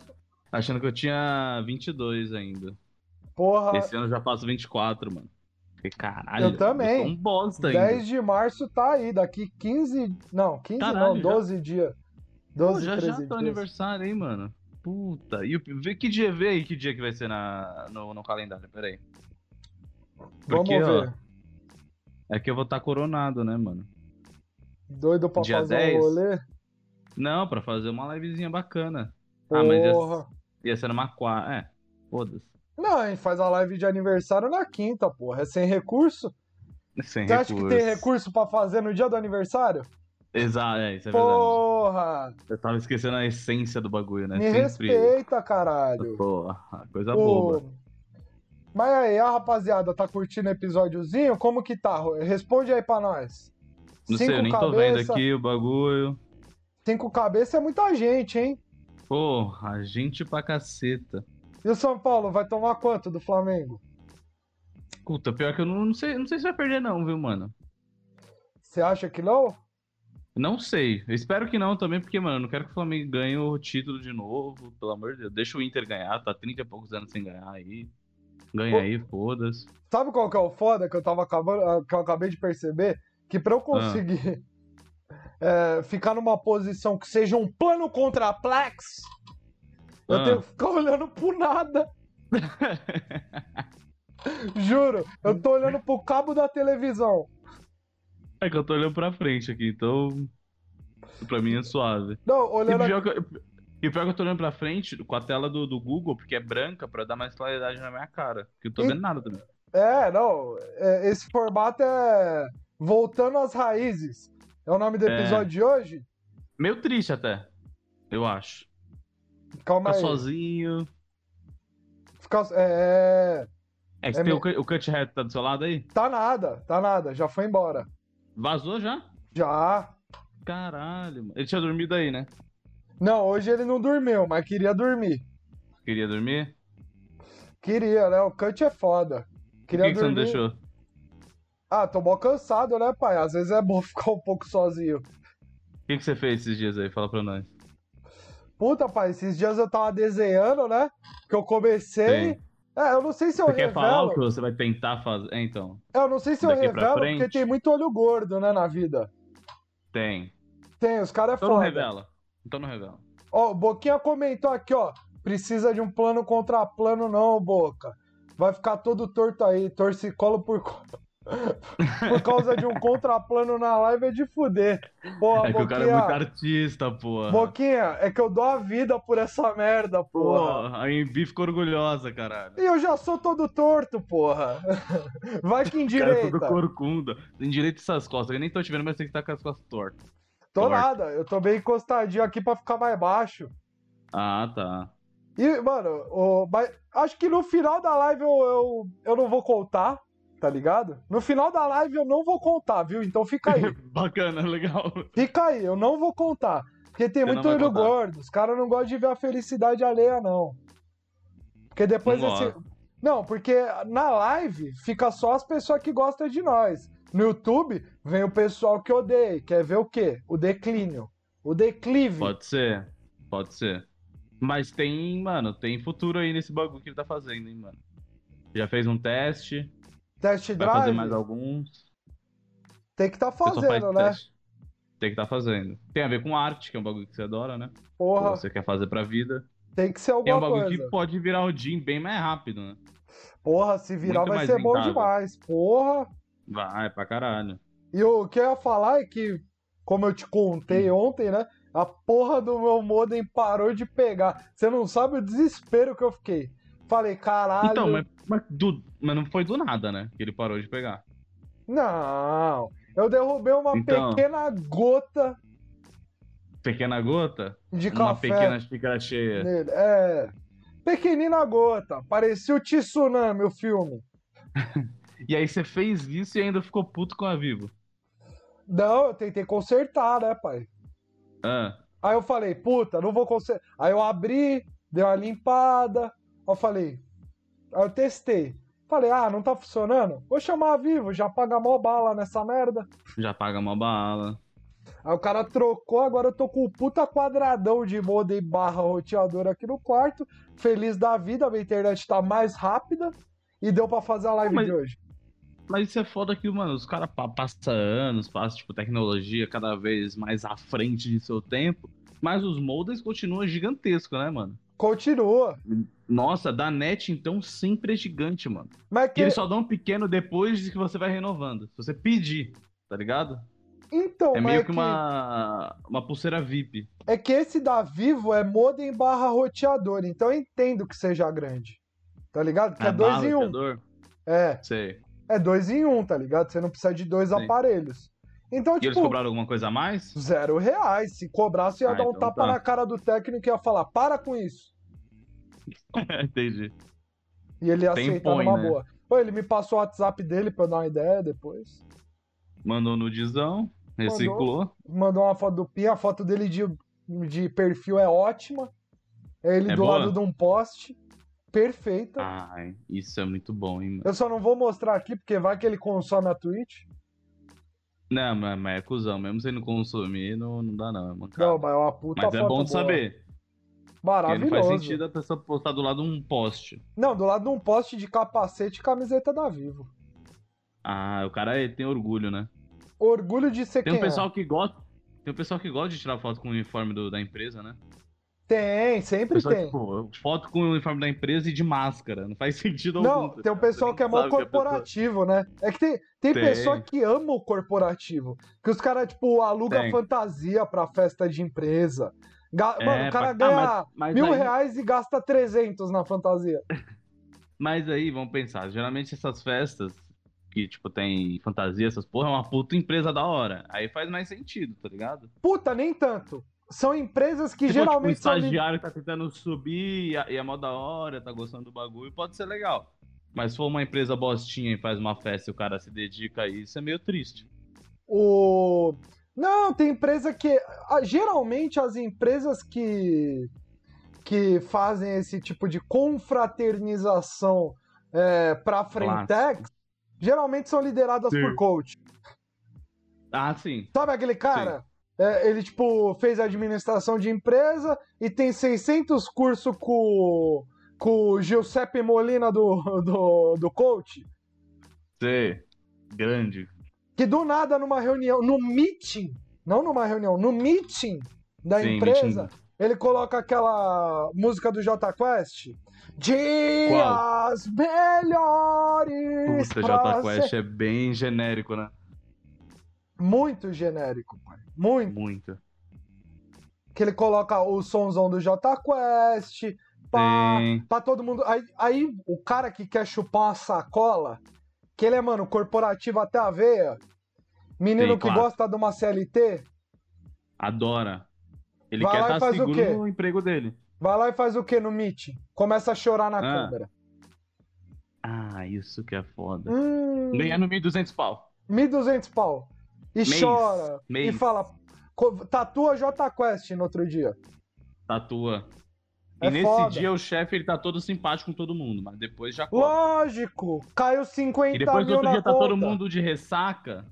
Speaker 1: achando que eu tinha 22 ainda.
Speaker 2: Porra,
Speaker 1: Esse ano eu já passo 24, mano. Fiquei, caralho.
Speaker 2: Tá. Eu também.
Speaker 1: sou um bosta ainda.
Speaker 2: 10 de março tá aí, daqui 15. Não, 15 não,
Speaker 1: Caralho, já-
Speaker 2: 12 dias.
Speaker 1: Pô,
Speaker 2: 12,
Speaker 1: já
Speaker 2: 13
Speaker 1: já tá o
Speaker 2: dias.
Speaker 1: aniversário, hein, mano. Puta. E o- vê que dia vê aí que dia que vai ser na, no, no calendário, peraí.
Speaker 2: Vamos
Speaker 1: Porque, ó,
Speaker 2: ver.
Speaker 1: é que eu vou estar coronado, né, mano?
Speaker 2: Doido pra
Speaker 1: dia
Speaker 2: fazer
Speaker 1: 10?
Speaker 2: um rolê?
Speaker 1: Não, pra fazer uma livezinha bacana. Ah, mas ia-
Speaker 2: Porra.
Speaker 1: Ia ser numa quarta. É, foda-se.
Speaker 2: Não, a gente faz a live de aniversário na quinta, porra. É sem recurso?
Speaker 1: Sem recurso.
Speaker 2: Você acha que tem recurso pra fazer no dia do aniversário?
Speaker 1: Exato, é, isso é verdade.
Speaker 2: Porra!
Speaker 1: Eu tava esquecendo a essência do bagulho, né?
Speaker 2: Me respeita, caralho.
Speaker 1: Porra, coisa Tá
Speaker 2: Ô,
Speaker 1: boba.
Speaker 2: Mas aí, a rapaziada, tá curtindo o episódiozinho? Como que tá? Rô? Responde aí pra nós.
Speaker 1: Não sei, eu nem tô vendo aqui o bagulho.
Speaker 2: Cinco cabeça é muita gente, hein?
Speaker 1: Porra, gente pra caceta.
Speaker 2: E o São Paulo vai tomar quanto do Flamengo?
Speaker 1: Puta, pior que eu não, não sei, não sei se vai perder, não, viu, mano?
Speaker 2: Você acha que não?
Speaker 1: Não sei. Eu espero que não também, porque, mano, eu não quero que o Flamengo ganhe o título de novo, pelo amor de Deus. Deixa o Inter ganhar, tá 30 e poucos anos sem ganhar aí. Ganha
Speaker 2: Ô.
Speaker 1: aí, foda-se.
Speaker 2: Sabe qual que é o foda que eu tava acabando, ah, que eu acabei de perceber? Que
Speaker 1: Ah.
Speaker 2: pra eu conseguir [laughs] eh, ficar numa posição que seja um plano contraplex, eu
Speaker 1: Ah.
Speaker 2: tenho que ficar olhando pro nada. Juro, eu tô olhando pro cabo da televisão.
Speaker 1: É que eu tô olhando pra frente aqui, então. Pra mim é suave.
Speaker 2: Não,
Speaker 1: E
Speaker 2: olhando.
Speaker 1: pior, que eu, e pior que eu tô olhando pra frente com a tela do, do Google, porque é branca, pra dar mais claridade na minha cara. Porque eu tô
Speaker 2: E-
Speaker 1: vendo nada também.
Speaker 2: É, não. é, esse formato é Voltando às Raízes. É o nome do
Speaker 1: É.
Speaker 2: episódio de hoje?
Speaker 1: Meio triste até, eu acho.
Speaker 2: Calma
Speaker 1: Ficar
Speaker 2: aí.
Speaker 1: sozinho.
Speaker 2: Ficar- é,
Speaker 1: É, você
Speaker 2: É
Speaker 1: tem
Speaker 2: me-
Speaker 1: o, cut- o Cut Head tá do seu lado aí?
Speaker 2: tá nada, tá nada. Já foi embora.
Speaker 1: Vazou já?
Speaker 2: Já.
Speaker 1: Caralho, mano. Ele tinha dormido aí, né?
Speaker 2: Não, hoje ele não dormiu, mas queria dormir.
Speaker 1: Queria dormir?
Speaker 2: Queria, né? O Cut é foda.
Speaker 1: Por
Speaker 2: Queria
Speaker 1: que, que você não
Speaker 2: dormir.
Speaker 1: deixou?
Speaker 2: Ah, tô mó cansado, né, pai? Às vezes é bom [laughs] ficar um pouco sozinho.
Speaker 1: O que, que você fez esses dias aí? Fala pra nós.
Speaker 2: Puta, pai, esses dias eu tava desenhando, né? Que eu comecei. É, eu não sei se eu
Speaker 1: Você quer falar o
Speaker 2: revelo.
Speaker 1: que você vai tentar fazer? É, então.
Speaker 2: É, Eu não sei se eu
Speaker 1: daqui pra
Speaker 2: revelo, porque
Speaker 1: frente?
Speaker 2: tem muito olho gordo, né, na vida.
Speaker 1: Tem.
Speaker 2: Tem, os caras é
Speaker 1: Então não
Speaker 2: foda.
Speaker 1: revela. Então não revela.
Speaker 2: Ó, o Boquinha comentou aqui, ó. Precisa de um plano contra plano, não, Boca. Vai ficar todo torto aí, torcicolo por, co- [laughs] por causa de um contraplano na live é de fuder. Porra,
Speaker 1: é que o
Speaker 2: Boquinha,
Speaker 1: cara é muito artista, né? porra.
Speaker 2: Boquinha, é que eu dou a vida por essa merda, porra.
Speaker 1: Porra, a Embi ficou orgulhosa, caralho.
Speaker 2: E eu já sou todo torto, porra. [laughs] Vai
Speaker 1: Cara, é
Speaker 2: que
Speaker 1: todo
Speaker 2: indireita.
Speaker 1: corcunda. Tem direito essas costas. Eu nem tô te vendo, mas tem que estar com as costas tortas.
Speaker 2: Tô
Speaker 1: torto.
Speaker 2: nada, eu tô bem encostadinho aqui pra ficar mais baixo.
Speaker 1: Ah, tá.
Speaker 2: E, mano, o- mas acho que no final da live eu, eu, eu não vou contar, tá ligado? No final da live eu não vou contar, viu? Então fica aí.
Speaker 1: [laughs] Bacana, legal.
Speaker 2: fica aí, eu não vou contar. Porque tem
Speaker 1: Você
Speaker 2: muito
Speaker 1: não vai
Speaker 2: olho
Speaker 1: contar.
Speaker 2: gordo, os caras não gostam de ver a felicidade alheia, não. Porque depois
Speaker 1: Não
Speaker 2: esse. Não, porque na live fica só as pessoas que gostam de nós. No YouTube vem o pessoal que odeia, quer ver o quê? O declínio. O declive.
Speaker 1: Pode ser, pode ser. Mas tem, mano, tem futuro aí nesse bagulho que ele tá fazendo, hein, mano. Já fez um teste,
Speaker 2: Test
Speaker 1: vai
Speaker 2: drive
Speaker 1: fazer mais alguns.
Speaker 2: tem que tá
Speaker 1: Você só faz
Speaker 2: fazendo, né?
Speaker 1: teste. Tem que tá fazendo. Tem a ver com arte, que é um bagulho que você adora, né? Que
Speaker 2: Porra.
Speaker 1: você quer fazer pra vida.
Speaker 2: Tem que ser
Speaker 1: E é
Speaker 2: alguma
Speaker 1: um bagulho
Speaker 2: coisa.
Speaker 1: que pode virar o Jim bem mais rápido, né?
Speaker 2: Porra, se virar
Speaker 1: Muito
Speaker 2: vai
Speaker 1: mais
Speaker 2: ser bom
Speaker 1: rentável.
Speaker 2: demais. Porra.
Speaker 1: Vai, pra caralho.
Speaker 2: E o que eu ia falar é que, como eu te contei ontem, né? A porra do meu modem parou de pegar. Você não sabe o desespero que eu fiquei. Falei, caralho.
Speaker 1: Então, mas, mas, do, mas não foi do nada, né? Que ele parou de pegar.
Speaker 2: Não. Eu derrubei uma
Speaker 1: Então.
Speaker 2: pequena gota
Speaker 1: Pequena gota?
Speaker 2: de
Speaker 1: uma
Speaker 2: café
Speaker 1: pequena xícara cheia.
Speaker 2: nele. É. Pequenina gota. Parecia o Tsunami, o filme.
Speaker 1: E aí você fez isso e ainda ficou puto com a Vivo.
Speaker 2: Não, eu tentei consertar, né, pai?
Speaker 1: Ah,
Speaker 2: Aí eu falei, puta, não vou consertar. Aí eu abri, dei uma limpada. Aí eu falei, aí eu testei. Falei, ah, não tá funcionando? Vou chamar a Vivo, já paga mó bala nessa merda.
Speaker 1: já paga mó bala.
Speaker 2: Aí o cara trocou, agora eu tô com o puta quadradão de modem barra roteador aqui no quarto. Feliz da vida, minha internet tá mais rápida. E deu pra fazer a live
Speaker 1: Mas-
Speaker 2: de hoje.
Speaker 1: Mas isso é foda que, mano, os caras pa- passam anos, passam, tipo, tecnologia cada vez mais à frente de seu tempo. Mas os moldes continuam gigantescos, né, mano?
Speaker 2: Continua.
Speaker 1: Nossa, da net, então, sempre é gigante, mano.
Speaker 2: Mas
Speaker 1: E
Speaker 2: que...
Speaker 1: eles só dão um pequeno depois de que você vai renovando. Se você pedir, tá ligado?
Speaker 2: Então,
Speaker 1: é
Speaker 2: mas
Speaker 1: meio que uma, uma pulseira VIP.
Speaker 2: é que esse da Vivo é modem barra roteador, então eu entendo que seja grande. Tá ligado? Que é,
Speaker 1: A
Speaker 2: dois
Speaker 1: né? bala,
Speaker 2: em um.
Speaker 1: entendeu?
Speaker 2: É,
Speaker 1: Sei.
Speaker 2: é dois em um, tá ligado? Você não precisa de dois
Speaker 1: Sim.
Speaker 2: aparelhos. Então,
Speaker 1: E eles
Speaker 2: tipo,
Speaker 1: cobraram alguma coisa a mais? [laughs]
Speaker 2: zero reais. Se cobrasse, ia
Speaker 1: Ah,
Speaker 2: dar um
Speaker 1: então
Speaker 2: tapa
Speaker 1: tá.
Speaker 2: na cara do técnico e ia falar, para com isso.
Speaker 1: Entendi.
Speaker 2: E ele ia
Speaker 1: Tem
Speaker 2: aceitar
Speaker 1: põe,
Speaker 2: numa
Speaker 1: né?
Speaker 2: boa. Pô, ele me passou o WhatsApp dele pra eu dar uma ideia depois.
Speaker 1: Mandou no Dizão,
Speaker 2: Mandou.
Speaker 1: reciclou.
Speaker 2: Mandou uma foto do Pia, a foto dele de, de perfil é ótima. É ele
Speaker 1: É
Speaker 2: do
Speaker 1: boa?
Speaker 2: lado de um poste. Perfeita.
Speaker 1: Ai, isso é muito bom, hein, mano.
Speaker 2: Eu só não vou mostrar aqui, porque vai que ele consome a Twitch.
Speaker 1: Não, mas, mas é cuzão. Mesmo se não consumir, não, não dá, não. É mancada.
Speaker 2: Não, mas é uma puta
Speaker 1: mas é
Speaker 2: foto
Speaker 1: bom
Speaker 2: boa.
Speaker 1: de saber. Porque não
Speaker 2: Maravilhoso.
Speaker 1: faz sentido a pessoa postar do lado de um poste.
Speaker 2: Não, do lado de um poste de capacete e camiseta da Vivo.
Speaker 1: Ah, o cara é- tem orgulho, né?
Speaker 2: Orgulho de ser
Speaker 1: Tem
Speaker 2: quem é?
Speaker 1: um pessoal que gosta. Tem um pessoal que gosta de tirar foto com o uniforme do- da empresa, né?
Speaker 2: é. Tem, sempre
Speaker 1: Pessoal,
Speaker 2: tem.
Speaker 1: tipo, foto com o uniforme da empresa e de máscara. Não faz [laughs] sentido
Speaker 2: Não,
Speaker 1: algum.
Speaker 2: tem um pessoal
Speaker 1: Você
Speaker 2: que é mó
Speaker 1: sabe a pessoa-
Speaker 2: corporativo, né? É que tem, tem,
Speaker 1: Tem.
Speaker 2: pessoa que ama o corporativo. Que os caras, tipo, aluga
Speaker 1: Tem.
Speaker 2: fantasia pra festa de empresa. Ga-
Speaker 1: É,
Speaker 2: Mano, o cara
Speaker 1: pra-
Speaker 2: ganha
Speaker 1: Ah, mas, mas
Speaker 2: mil
Speaker 1: aí,
Speaker 2: reais e gasta 300 na fantasia.
Speaker 1: Mas aí, vamos pensar. Geralmente essas festas que, tipo, tem fantasia, essas porra, é uma puta empresa da hora. Aí faz mais sentido, tá ligado?
Speaker 2: Puta, nem tanto. São empresas que
Speaker 1: Se for,
Speaker 2: geralmente
Speaker 1: tipo, um
Speaker 2: são. li-
Speaker 1: estagiário que tá tentando subir e a- e é mó da hora, tá gostando do bagulho, pode ser legal. Mas se for uma empresa bostinha e faz uma festa e o cara se dedica a isso, é meio triste.
Speaker 2: O. Não, tem empresa que. ah, Geralmente as empresas que. que fazem esse tipo de confraternização é, pra Frentex, geralmente são lideradas
Speaker 1: Sim.
Speaker 2: por coach.
Speaker 1: Ah, sim.
Speaker 2: Sabe aquele cara? É, ele, tipo, fez administração de empresa e tem 600 cursos com, com o Giuseppe Molina do, do, do coach.
Speaker 1: Você, grande.
Speaker 2: que do nada numa reunião, no meeting, não numa reunião, no meeting da
Speaker 1: Sim,
Speaker 2: empresa, ele coloca aquela música do Jota Quest. Dias melhores
Speaker 1: Puta,
Speaker 2: pra
Speaker 1: Jota Quest é bem genérico, né?
Speaker 2: ser- Muito genérico, pai. Muito.
Speaker 1: Muito.
Speaker 2: Que ele coloca o sonzão do Jota Quest, pá,
Speaker 1: Tem.
Speaker 2: pra todo mundo. Aí, aí o cara que quer chupar uma sacola, que ele é, mano, corporativo até a veia, menino
Speaker 1: Sim,
Speaker 2: que
Speaker 1: claro.
Speaker 2: gosta de uma CLT,
Speaker 1: Adora. Ele
Speaker 2: Vai
Speaker 1: quer
Speaker 2: lá e
Speaker 1: estar
Speaker 2: faz o
Speaker 1: seguro
Speaker 2: quê?
Speaker 1: no emprego dele.
Speaker 2: Vai lá e faz o que no meeting? Começa a chorar na
Speaker 1: Ah.
Speaker 2: câmera.
Speaker 1: Ah, isso que é foda.
Speaker 2: Hum,
Speaker 1: Ganhar no 1.200 pau.
Speaker 2: 1.200 pau. E
Speaker 1: Mês,
Speaker 2: chora.
Speaker 1: mês.
Speaker 2: E fala. co- Tatua J Quest no outro dia.
Speaker 1: Tatua. E
Speaker 2: É
Speaker 1: nesse
Speaker 2: foda.
Speaker 1: dia o chefe ele tá todo simpático com todo mundo, mas depois já cobra.
Speaker 2: Lógico! Caiu 50
Speaker 1: E depois no
Speaker 2: mil
Speaker 1: outro
Speaker 2: na
Speaker 1: dia tá
Speaker 2: conta.
Speaker 1: todo mundo de ressaca,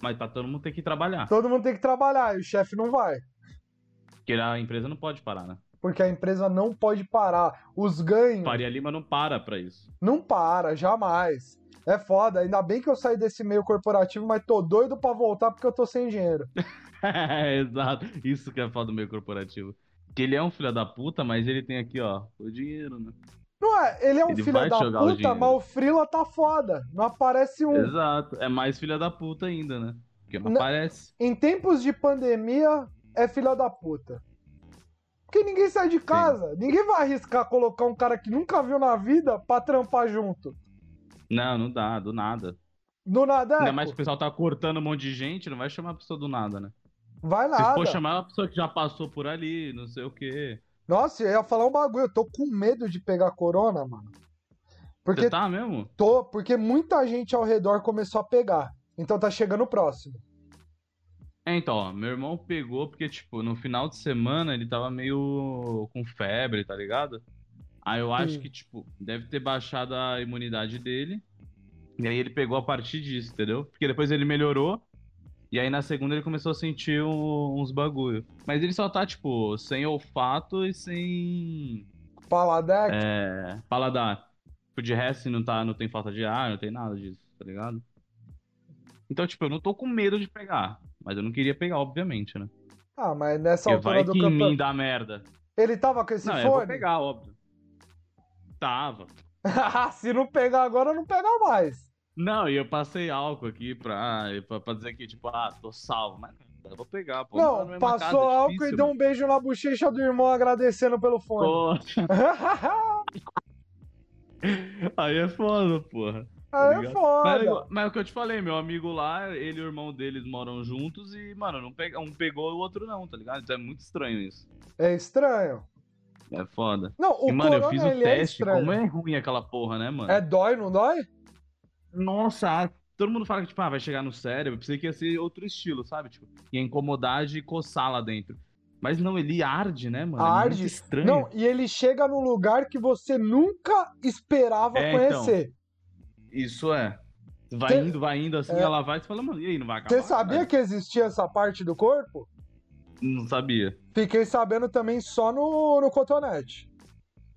Speaker 1: mas tá todo mundo tem que trabalhar.
Speaker 2: Todo mundo tem que trabalhar e o chefe não vai.
Speaker 1: Porque a empresa não pode parar, né?
Speaker 2: Porque a empresa não pode parar. Os ganhos
Speaker 1: Faria Lima não para pra isso. [laughs]
Speaker 2: não para, jamais. É foda. Ainda bem que eu saí desse meio corporativo, mas tô doido pra voltar porque eu tô sem dinheiro.
Speaker 1: Exato. Isso que é foda do meio corporativo. Que ele é um filho da puta, mas ele tem aqui, ó, o dinheiro, né?
Speaker 2: Não é? Ele é um
Speaker 1: Ele
Speaker 2: filho
Speaker 1: vai
Speaker 2: da
Speaker 1: jogar o
Speaker 2: puta,
Speaker 1: dinheiro.
Speaker 2: mas o Frila tá foda. Não aparece um.
Speaker 1: Exato. É mais filha da puta ainda, né? Porque não
Speaker 2: Não-
Speaker 1: aparece.
Speaker 2: Em tempos de pandemia, é filha da puta. Porque ninguém sai de casa. Ninguém vai arriscar colocar um cara que nunca viu na vida pra trampar junto.
Speaker 1: Não, não dá, do nada.
Speaker 2: Do nada,
Speaker 1: Ainda
Speaker 2: é,
Speaker 1: mais
Speaker 2: pô,
Speaker 1: que o pessoal tá cortando um monte de gente, não vai chamar a pessoa do nada, né?
Speaker 2: vai
Speaker 1: Se
Speaker 2: nada.
Speaker 1: for chamar é uma pessoa que já passou por ali, não sei o quê.
Speaker 2: Nossa, eu ia falar um bagulho. Eu tô com medo de pegar corona, mano. Porque
Speaker 1: Você tá mesmo?
Speaker 2: tô, porque muita gente ao redor começou a pegar. Então tá chegando o próximo.
Speaker 1: É, então, ó, meu irmão pegou porque, tipo, no final de semana ele tava meio com febre, tá ligado? Aí eu acho
Speaker 2: Sim.
Speaker 1: que, tipo, deve ter baixado a imunidade dele. E aí ele pegou a partir disso, entendeu? Porque depois ele melhorou. E aí na segunda ele começou a sentir um- uns bagulho. Mas ele só tá, tipo, sem olfato e sem
Speaker 2: Paladar,
Speaker 1: é, paladar. Tipo, de resto não, tá, não tem falta de ar, não tem nada disso, tá ligado? Então, tipo, eu não tô com medo de pegar. Mas eu não queria pegar, obviamente, né?
Speaker 2: Ah, mas nessa
Speaker 1: Porque
Speaker 2: altura
Speaker 1: vai
Speaker 2: do
Speaker 1: que em mim
Speaker 2: campeonato.
Speaker 1: dá merda.
Speaker 2: Ele tava com esse
Speaker 1: não, eu vou
Speaker 2: fone? [laughs]
Speaker 1: pegar, óbvio. Tava.
Speaker 2: Ah, Se não pegar agora, não pega mais.
Speaker 1: Não, e eu passei álcool aqui pra, pra, pra dizer que, tipo, ah, tô salvo. Mas não, eu vou pegar, pô. Tá na
Speaker 2: não,
Speaker 1: mesma
Speaker 2: passou
Speaker 1: casa, é
Speaker 2: álcool
Speaker 1: difícil,
Speaker 2: e deu
Speaker 1: mano.
Speaker 2: um beijo na bochecha do irmão agradecendo pelo fone.
Speaker 1: Pô,
Speaker 2: [laughs]
Speaker 1: [laughs] aí é foda, porra.
Speaker 2: Aí é
Speaker 1: ligado? Mas, é
Speaker 2: foda.
Speaker 1: igual- mas é o que eu te falei, meu amigo lá, ele e o irmão deles moram juntos e, mano, não pega, um pegou e o outro não, tá ligado? Então é muito estranho isso.
Speaker 2: É estranho.
Speaker 1: É foda.
Speaker 2: Não, o
Speaker 1: e, mano, eu
Speaker 2: corona,
Speaker 1: fiz o
Speaker 2: ele é
Speaker 1: teste,
Speaker 2: estranho.
Speaker 1: como é ruim aquela porra, né, mano?
Speaker 2: É dói, não dói?
Speaker 1: Nossa, todo mundo fala que, tipo, ah, vai chegar no cérebro. Eu pensei que ia ser outro estilo, sabe? Tipo, ia incomodar de coçar lá dentro. Mas não, ele arde, né, mano? É
Speaker 2: Arde.
Speaker 1: muito estranho.
Speaker 2: Não, e ele chega num lugar que você nunca esperava
Speaker 1: É, então.
Speaker 2: conhecer.
Speaker 1: Isso é. Vai
Speaker 2: Cê-
Speaker 1: indo, vai indo, assim,
Speaker 2: É.
Speaker 1: ela vai e você fala, mano, e aí, não vai acabar?
Speaker 2: Você sabia que existia essa parte do corpo?
Speaker 1: Não sabia.
Speaker 2: Fiquei sabendo também só no, no cotonete.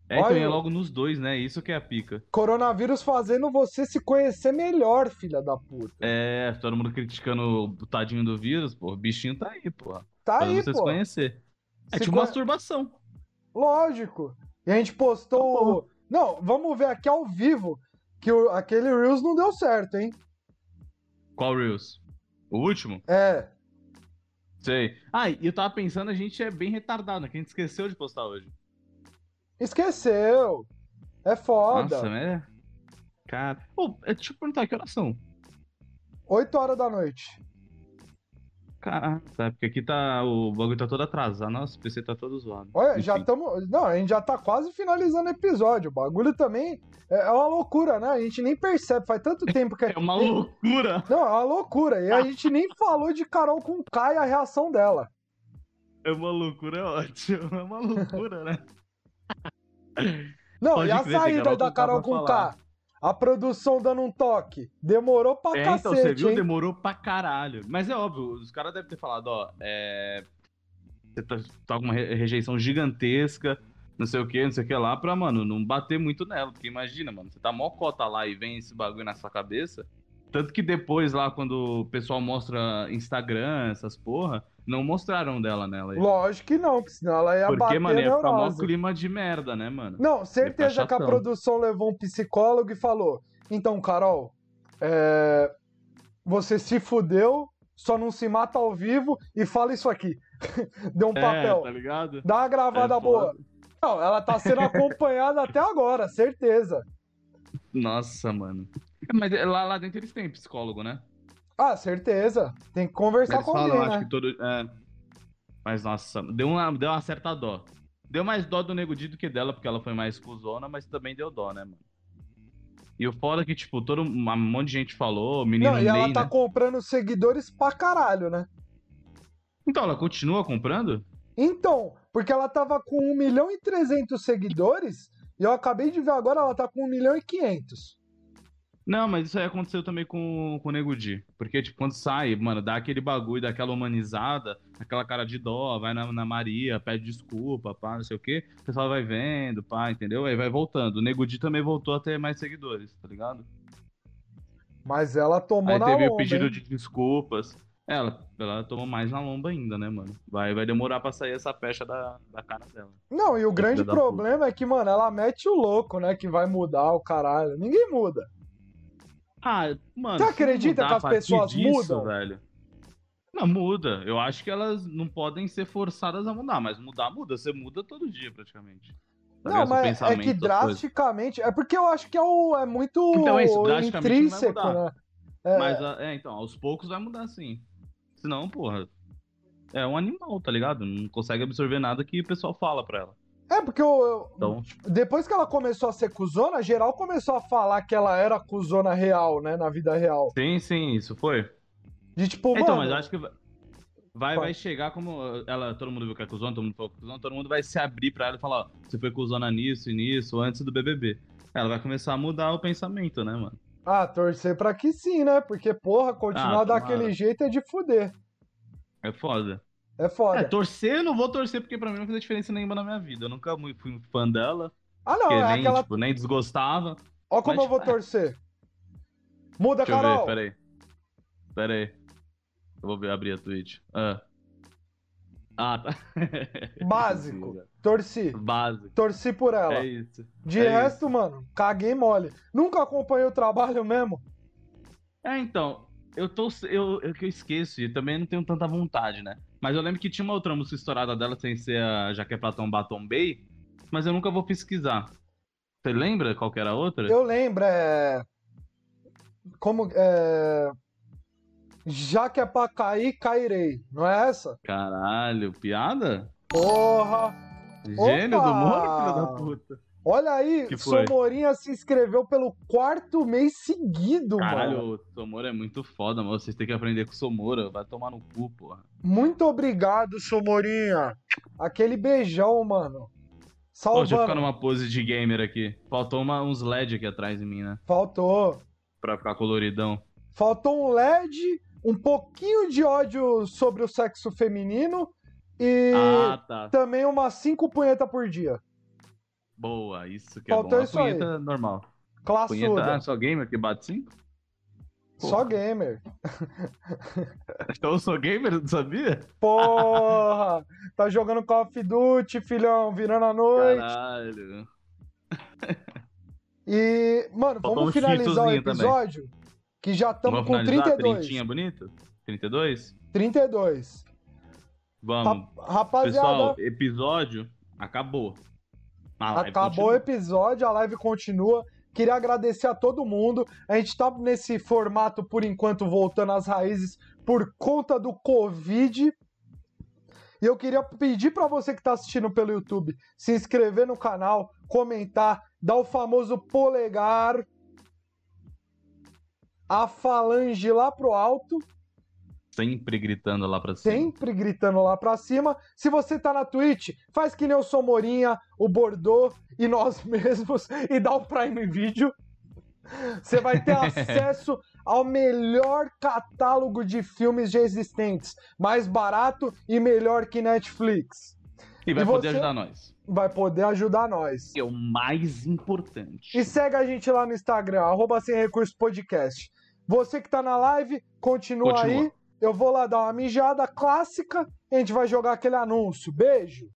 Speaker 1: É, então
Speaker 2: Olha,
Speaker 1: ia
Speaker 2: eu-
Speaker 1: logo nos dois, né? Isso que é a pica.
Speaker 2: Coronavírus fazendo você se conhecer melhor, filha da puta.
Speaker 1: É, todo mundo criticando o tadinho do vírus, pô. O bichinho tá aí, pô.
Speaker 2: Tá
Speaker 1: Fazendo
Speaker 2: aí,
Speaker 1: você
Speaker 2: pô.
Speaker 1: se conhecer. É
Speaker 2: Se
Speaker 1: tipo
Speaker 2: conhe-
Speaker 1: masturbação.
Speaker 2: Lógico. E a gente postou. o- Não, vamos ver aqui ao vivo que o- aquele Reels não deu certo, hein?
Speaker 1: Qual Reels? O último?
Speaker 2: É.
Speaker 1: Sei. Ah, e eu tava pensando, a gente é bem retardado, né? Que a gente esqueceu de postar hoje.
Speaker 2: Esqueceu. É foda.
Speaker 1: Nossa, né? Cara. Ô, eu- deixa eu perguntar, que horas são?
Speaker 2: 8 horas da noite.
Speaker 1: Caraca, tá, porque aqui tá. O bagulho tá todo atrasado. Nossa, o PC tá todo zoado.
Speaker 2: Olha,
Speaker 1: Enfim.
Speaker 2: já estamos. Não, a gente já tá quase finalizando o episódio. O bagulho também é é uma loucura, né? A gente nem percebe.
Speaker 1: [laughs]
Speaker 2: Faz tanto tempo que.
Speaker 1: É uma loucura!
Speaker 2: Não, é uma loucura. E a gente nem falou de Carol com K e a reação dela.
Speaker 1: É uma loucura, é ótimo. É uma loucura, né?
Speaker 2: Não,
Speaker 1: Pode
Speaker 2: e
Speaker 1: crer,
Speaker 2: a
Speaker 1: tem
Speaker 2: saída
Speaker 1: Carol
Speaker 2: da
Speaker 1: com K
Speaker 2: Carol
Speaker 1: pra
Speaker 2: com
Speaker 1: falar.
Speaker 2: K? A produção dando um toque. Demorou pra
Speaker 1: É,
Speaker 2: cacete,
Speaker 1: então, você viu?
Speaker 2: hein?
Speaker 1: Demorou pra caralho. Mas é óbvio, os caras devem ter falado, ó, é. Você tá, tá com uma re- rejeição gigantesca, não sei o que, não sei o que lá, pra, mano, não bater muito nela. Porque imagina, mano, você tá mó cota lá e vem esse bagulho na sua cabeça. Tanto que depois lá, quando o pessoal mostra Instagram, essas porra, não mostraram dela nela aí.
Speaker 2: Lógico que não, porque senão ela ia
Speaker 1: Porque,
Speaker 2: bater
Speaker 1: mano, ia ficar mó
Speaker 2: neurose.
Speaker 1: clima de merda, né, mano?
Speaker 2: Não, certeza que a
Speaker 1: chatão.
Speaker 2: produção levou um psicólogo e falou: Então, Carol, é, você se fudeu, só não se mata ao vivo e fala isso aqui. [laughs] Deu um
Speaker 1: É,
Speaker 2: papel.
Speaker 1: tá ligado?
Speaker 2: Dá uma gravada
Speaker 1: É foda.
Speaker 2: boa. Não, ela tá sendo acompanhada até agora, certeza.
Speaker 1: Nossa, mano. É, Mas é, lá, lá dentro eles têm psicólogo, né?
Speaker 2: Ah, certeza. Tem que conversar
Speaker 1: Eles
Speaker 2: com
Speaker 1: falam,
Speaker 2: alguém,
Speaker 1: eu acho
Speaker 2: né?
Speaker 1: que todo. é. Mas nossa, deu uma, deu uma certa dó. Deu mais dó do Nego Di do que dela, porque ela foi mais cuzona, mas também deu dó, né, mano? E o foda é que, tipo, todo um monte de gente falou, o menino
Speaker 2: Não, e
Speaker 1: Ney,
Speaker 2: ela tá
Speaker 1: né?
Speaker 2: comprando seguidores pra caralho, né?
Speaker 1: Então, ela continua comprando?
Speaker 2: Então, porque ela tava com 1 milhão e 300 seguidores e eu acabei de ver agora, ela tá com 1 milhão e 500.
Speaker 1: Não, mas isso aí aconteceu também com, com o Nego Di. Porque, tipo, quando sai, mano, dá aquele bagulho, dá aquela humanizada, aquela cara de dó, vai na, na Maria, pede desculpa, pá, não sei o quê. O pessoal vai vendo, pá, entendeu? Aí vai voltando. O Nego Di também voltou a ter mais seguidores, tá ligado?
Speaker 2: Mas ela tomou
Speaker 1: Aí
Speaker 2: na
Speaker 1: teve
Speaker 2: onda,
Speaker 1: o pedido
Speaker 2: hein?
Speaker 1: de desculpas. É, Ela, ela tomou mais na lomba ainda, né, mano? Vai, vai demorar pra sair essa pecha da, da cara dela.
Speaker 2: Não, e o grande
Speaker 1: da
Speaker 2: problema é que, mano, ela mete o louco, né? Que vai mudar o caralho. Ninguém muda.
Speaker 1: Ah, mano.
Speaker 2: Você
Speaker 1: se
Speaker 2: acredita
Speaker 1: mudar
Speaker 2: que
Speaker 1: a
Speaker 2: as
Speaker 1: partir
Speaker 2: pessoas mudam?
Speaker 1: velho? Não, muda. Eu acho que elas não podem ser forçadas a mudar, mas mudar, muda. Você muda todo dia, praticamente. Tá
Speaker 2: Não,
Speaker 1: ligado? Seu
Speaker 2: mas é
Speaker 1: pensamento, as
Speaker 2: que
Speaker 1: coisas.
Speaker 2: drasticamente. É porque eu acho que é, o, é muito
Speaker 1: Então é isso, drasticamente não vai
Speaker 2: intrínseco,
Speaker 1: mudar.
Speaker 2: né? É,
Speaker 1: Mas, a- é, então, aos poucos vai mudar sim. Senão, porra. É um animal, tá ligado? Não consegue absorver nada que o pessoal fala pra ela.
Speaker 2: é porque eu, eu-
Speaker 1: Então, tipo,
Speaker 2: depois que ela começou a ser cuzona, geral começou a falar que ela era cuzona real, né? Na vida real.
Speaker 1: sim, sim, isso foi.
Speaker 2: De tipo,
Speaker 1: então,
Speaker 2: mano.
Speaker 1: mas eu acho que vai- vai,
Speaker 2: Fala.
Speaker 1: vai chegar como ela, todo mundo viu que é cuzona, todo mundo falou que é cuzona, todo mundo vai se abrir pra ela e falar, ó, você foi cuzona nisso e nisso antes do BBB. Ela vai começar a mudar o pensamento, né, mano?
Speaker 2: Ah, torcer pra que sim, né? Porque, porra, continuar
Speaker 1: Ah, tomara.
Speaker 2: daquele jeito é de fuder.
Speaker 1: É foda.
Speaker 2: É
Speaker 1: É,
Speaker 2: foda.
Speaker 1: torcer eu não vou torcer porque pra mim não fez diferença nenhuma na minha vida. Eu nunca mui- fui um fã dela,
Speaker 2: Ah, não,
Speaker 1: porque
Speaker 2: é
Speaker 1: nem,
Speaker 2: aquela.
Speaker 1: tipo, nem desgostava.
Speaker 2: Ó, como
Speaker 1: mas- é.
Speaker 2: eu vou torcer. Muda,
Speaker 1: Deixa eu ver,
Speaker 2: Carol.
Speaker 1: peraí. Peraí. Eu vou ver- abrir a Twitch. Ah, ah tá.
Speaker 2: Básico. Torci.
Speaker 1: [laughs] Básico.
Speaker 2: Torci por ela.
Speaker 1: É isso.
Speaker 2: De
Speaker 1: é
Speaker 2: resto, mano, caguei mole. Nunca acompanhei o trabalho mesmo.
Speaker 1: É, então, eu tô. Eu, eu que eu esqueço, e também não tenho tanta vontade, né? Mas eu lembro que tinha uma outra música estourada dela sem ser a Já que é Platão Batom Bay, mas eu nunca vou pesquisar. Você lembra qual que era a outra?
Speaker 2: Eu lembro, é. Como. É... Já que é pra cair, cairei. Não é essa?
Speaker 1: Caralho, piada?
Speaker 2: Porra!
Speaker 1: Gênio
Speaker 2: Opa!
Speaker 1: do mundo, filho da puta.
Speaker 2: Olha aí,
Speaker 1: Que foi?
Speaker 2: Somorinha se inscreveu pelo quarto mês seguido, mano.
Speaker 1: Caralho, o Somora é muito foda, mano. Vocês têm que aprender com o Somora. Vai tomar no cu, porra.
Speaker 2: Muito obrigado, Somorinha. Aquele beijão, mano.
Speaker 1: Pô, deixa eu ficar
Speaker 2: Salvando.
Speaker 1: numa pose de gamer aqui. Faltou uma- uns LED aqui atrás de mim, né?
Speaker 2: Faltou.
Speaker 1: Pra ficar coloridão.
Speaker 2: Faltou um LED, um pouquinho de ódio sobre o sexo feminino e
Speaker 1: Ah, tá.
Speaker 2: também umas cinco punheta por dia.
Speaker 1: Boa, isso que
Speaker 2: Faltou
Speaker 1: é bom.
Speaker 2: isso aí.
Speaker 1: punheta normal. Punheta,
Speaker 2: Classuda.
Speaker 1: ah, só gamer que bate 5?
Speaker 2: Só gamer.
Speaker 1: [laughs] Então eu sou gamer, não sabia? [laughs]
Speaker 2: Porra! tá jogando Call of Duty, filhão, virando a noite.
Speaker 1: Caralho.
Speaker 2: E, mano,
Speaker 1: Faltou
Speaker 2: vamos
Speaker 1: um
Speaker 2: finalizar o
Speaker 1: cheetozinho também.
Speaker 2: episódio? Que já estamos
Speaker 1: Vamos
Speaker 2: com
Speaker 1: finalizar?
Speaker 2: 32.
Speaker 1: Trintinha bonita? 32?
Speaker 2: 32.
Speaker 1: Vamos.
Speaker 2: Ra- Rapaziada,
Speaker 1: Pessoal, episódio acabou. Ah, é A live
Speaker 2: Acabou o
Speaker 1: continua.
Speaker 2: episódio, a live continua. Queria agradecer a todo mundo. A gente tá nesse formato, por enquanto, voltando às raízes por conta do Covid. E eu queria pedir pra você que tá assistindo pelo YouTube se inscrever no canal, comentar, dar o famoso polegar, a falange lá pro alto
Speaker 1: Sempre gritando lá pra cima.
Speaker 2: sempre gritando lá pra cima. Se você tá na Twitch, faz que nem o Somorinha, o Bordeaux e nós [laughs] mesmos e dá o Prime Video. Você vai ter acesso ao melhor catálogo de filmes já existentes, mais barato e melhor que Netflix.
Speaker 1: E vai
Speaker 2: E
Speaker 1: poder
Speaker 2: você?
Speaker 1: ajudar nós.
Speaker 2: Vai poder ajudar nós.
Speaker 1: Que é o mais importante.
Speaker 2: E segue a gente lá no Instagram, arroba sem recurso podcast. Você que tá na live, continua,
Speaker 1: Continua.
Speaker 2: aí. Eu vou lá dar uma mijada clássica e a gente vai jogar aquele anúncio. Beijo!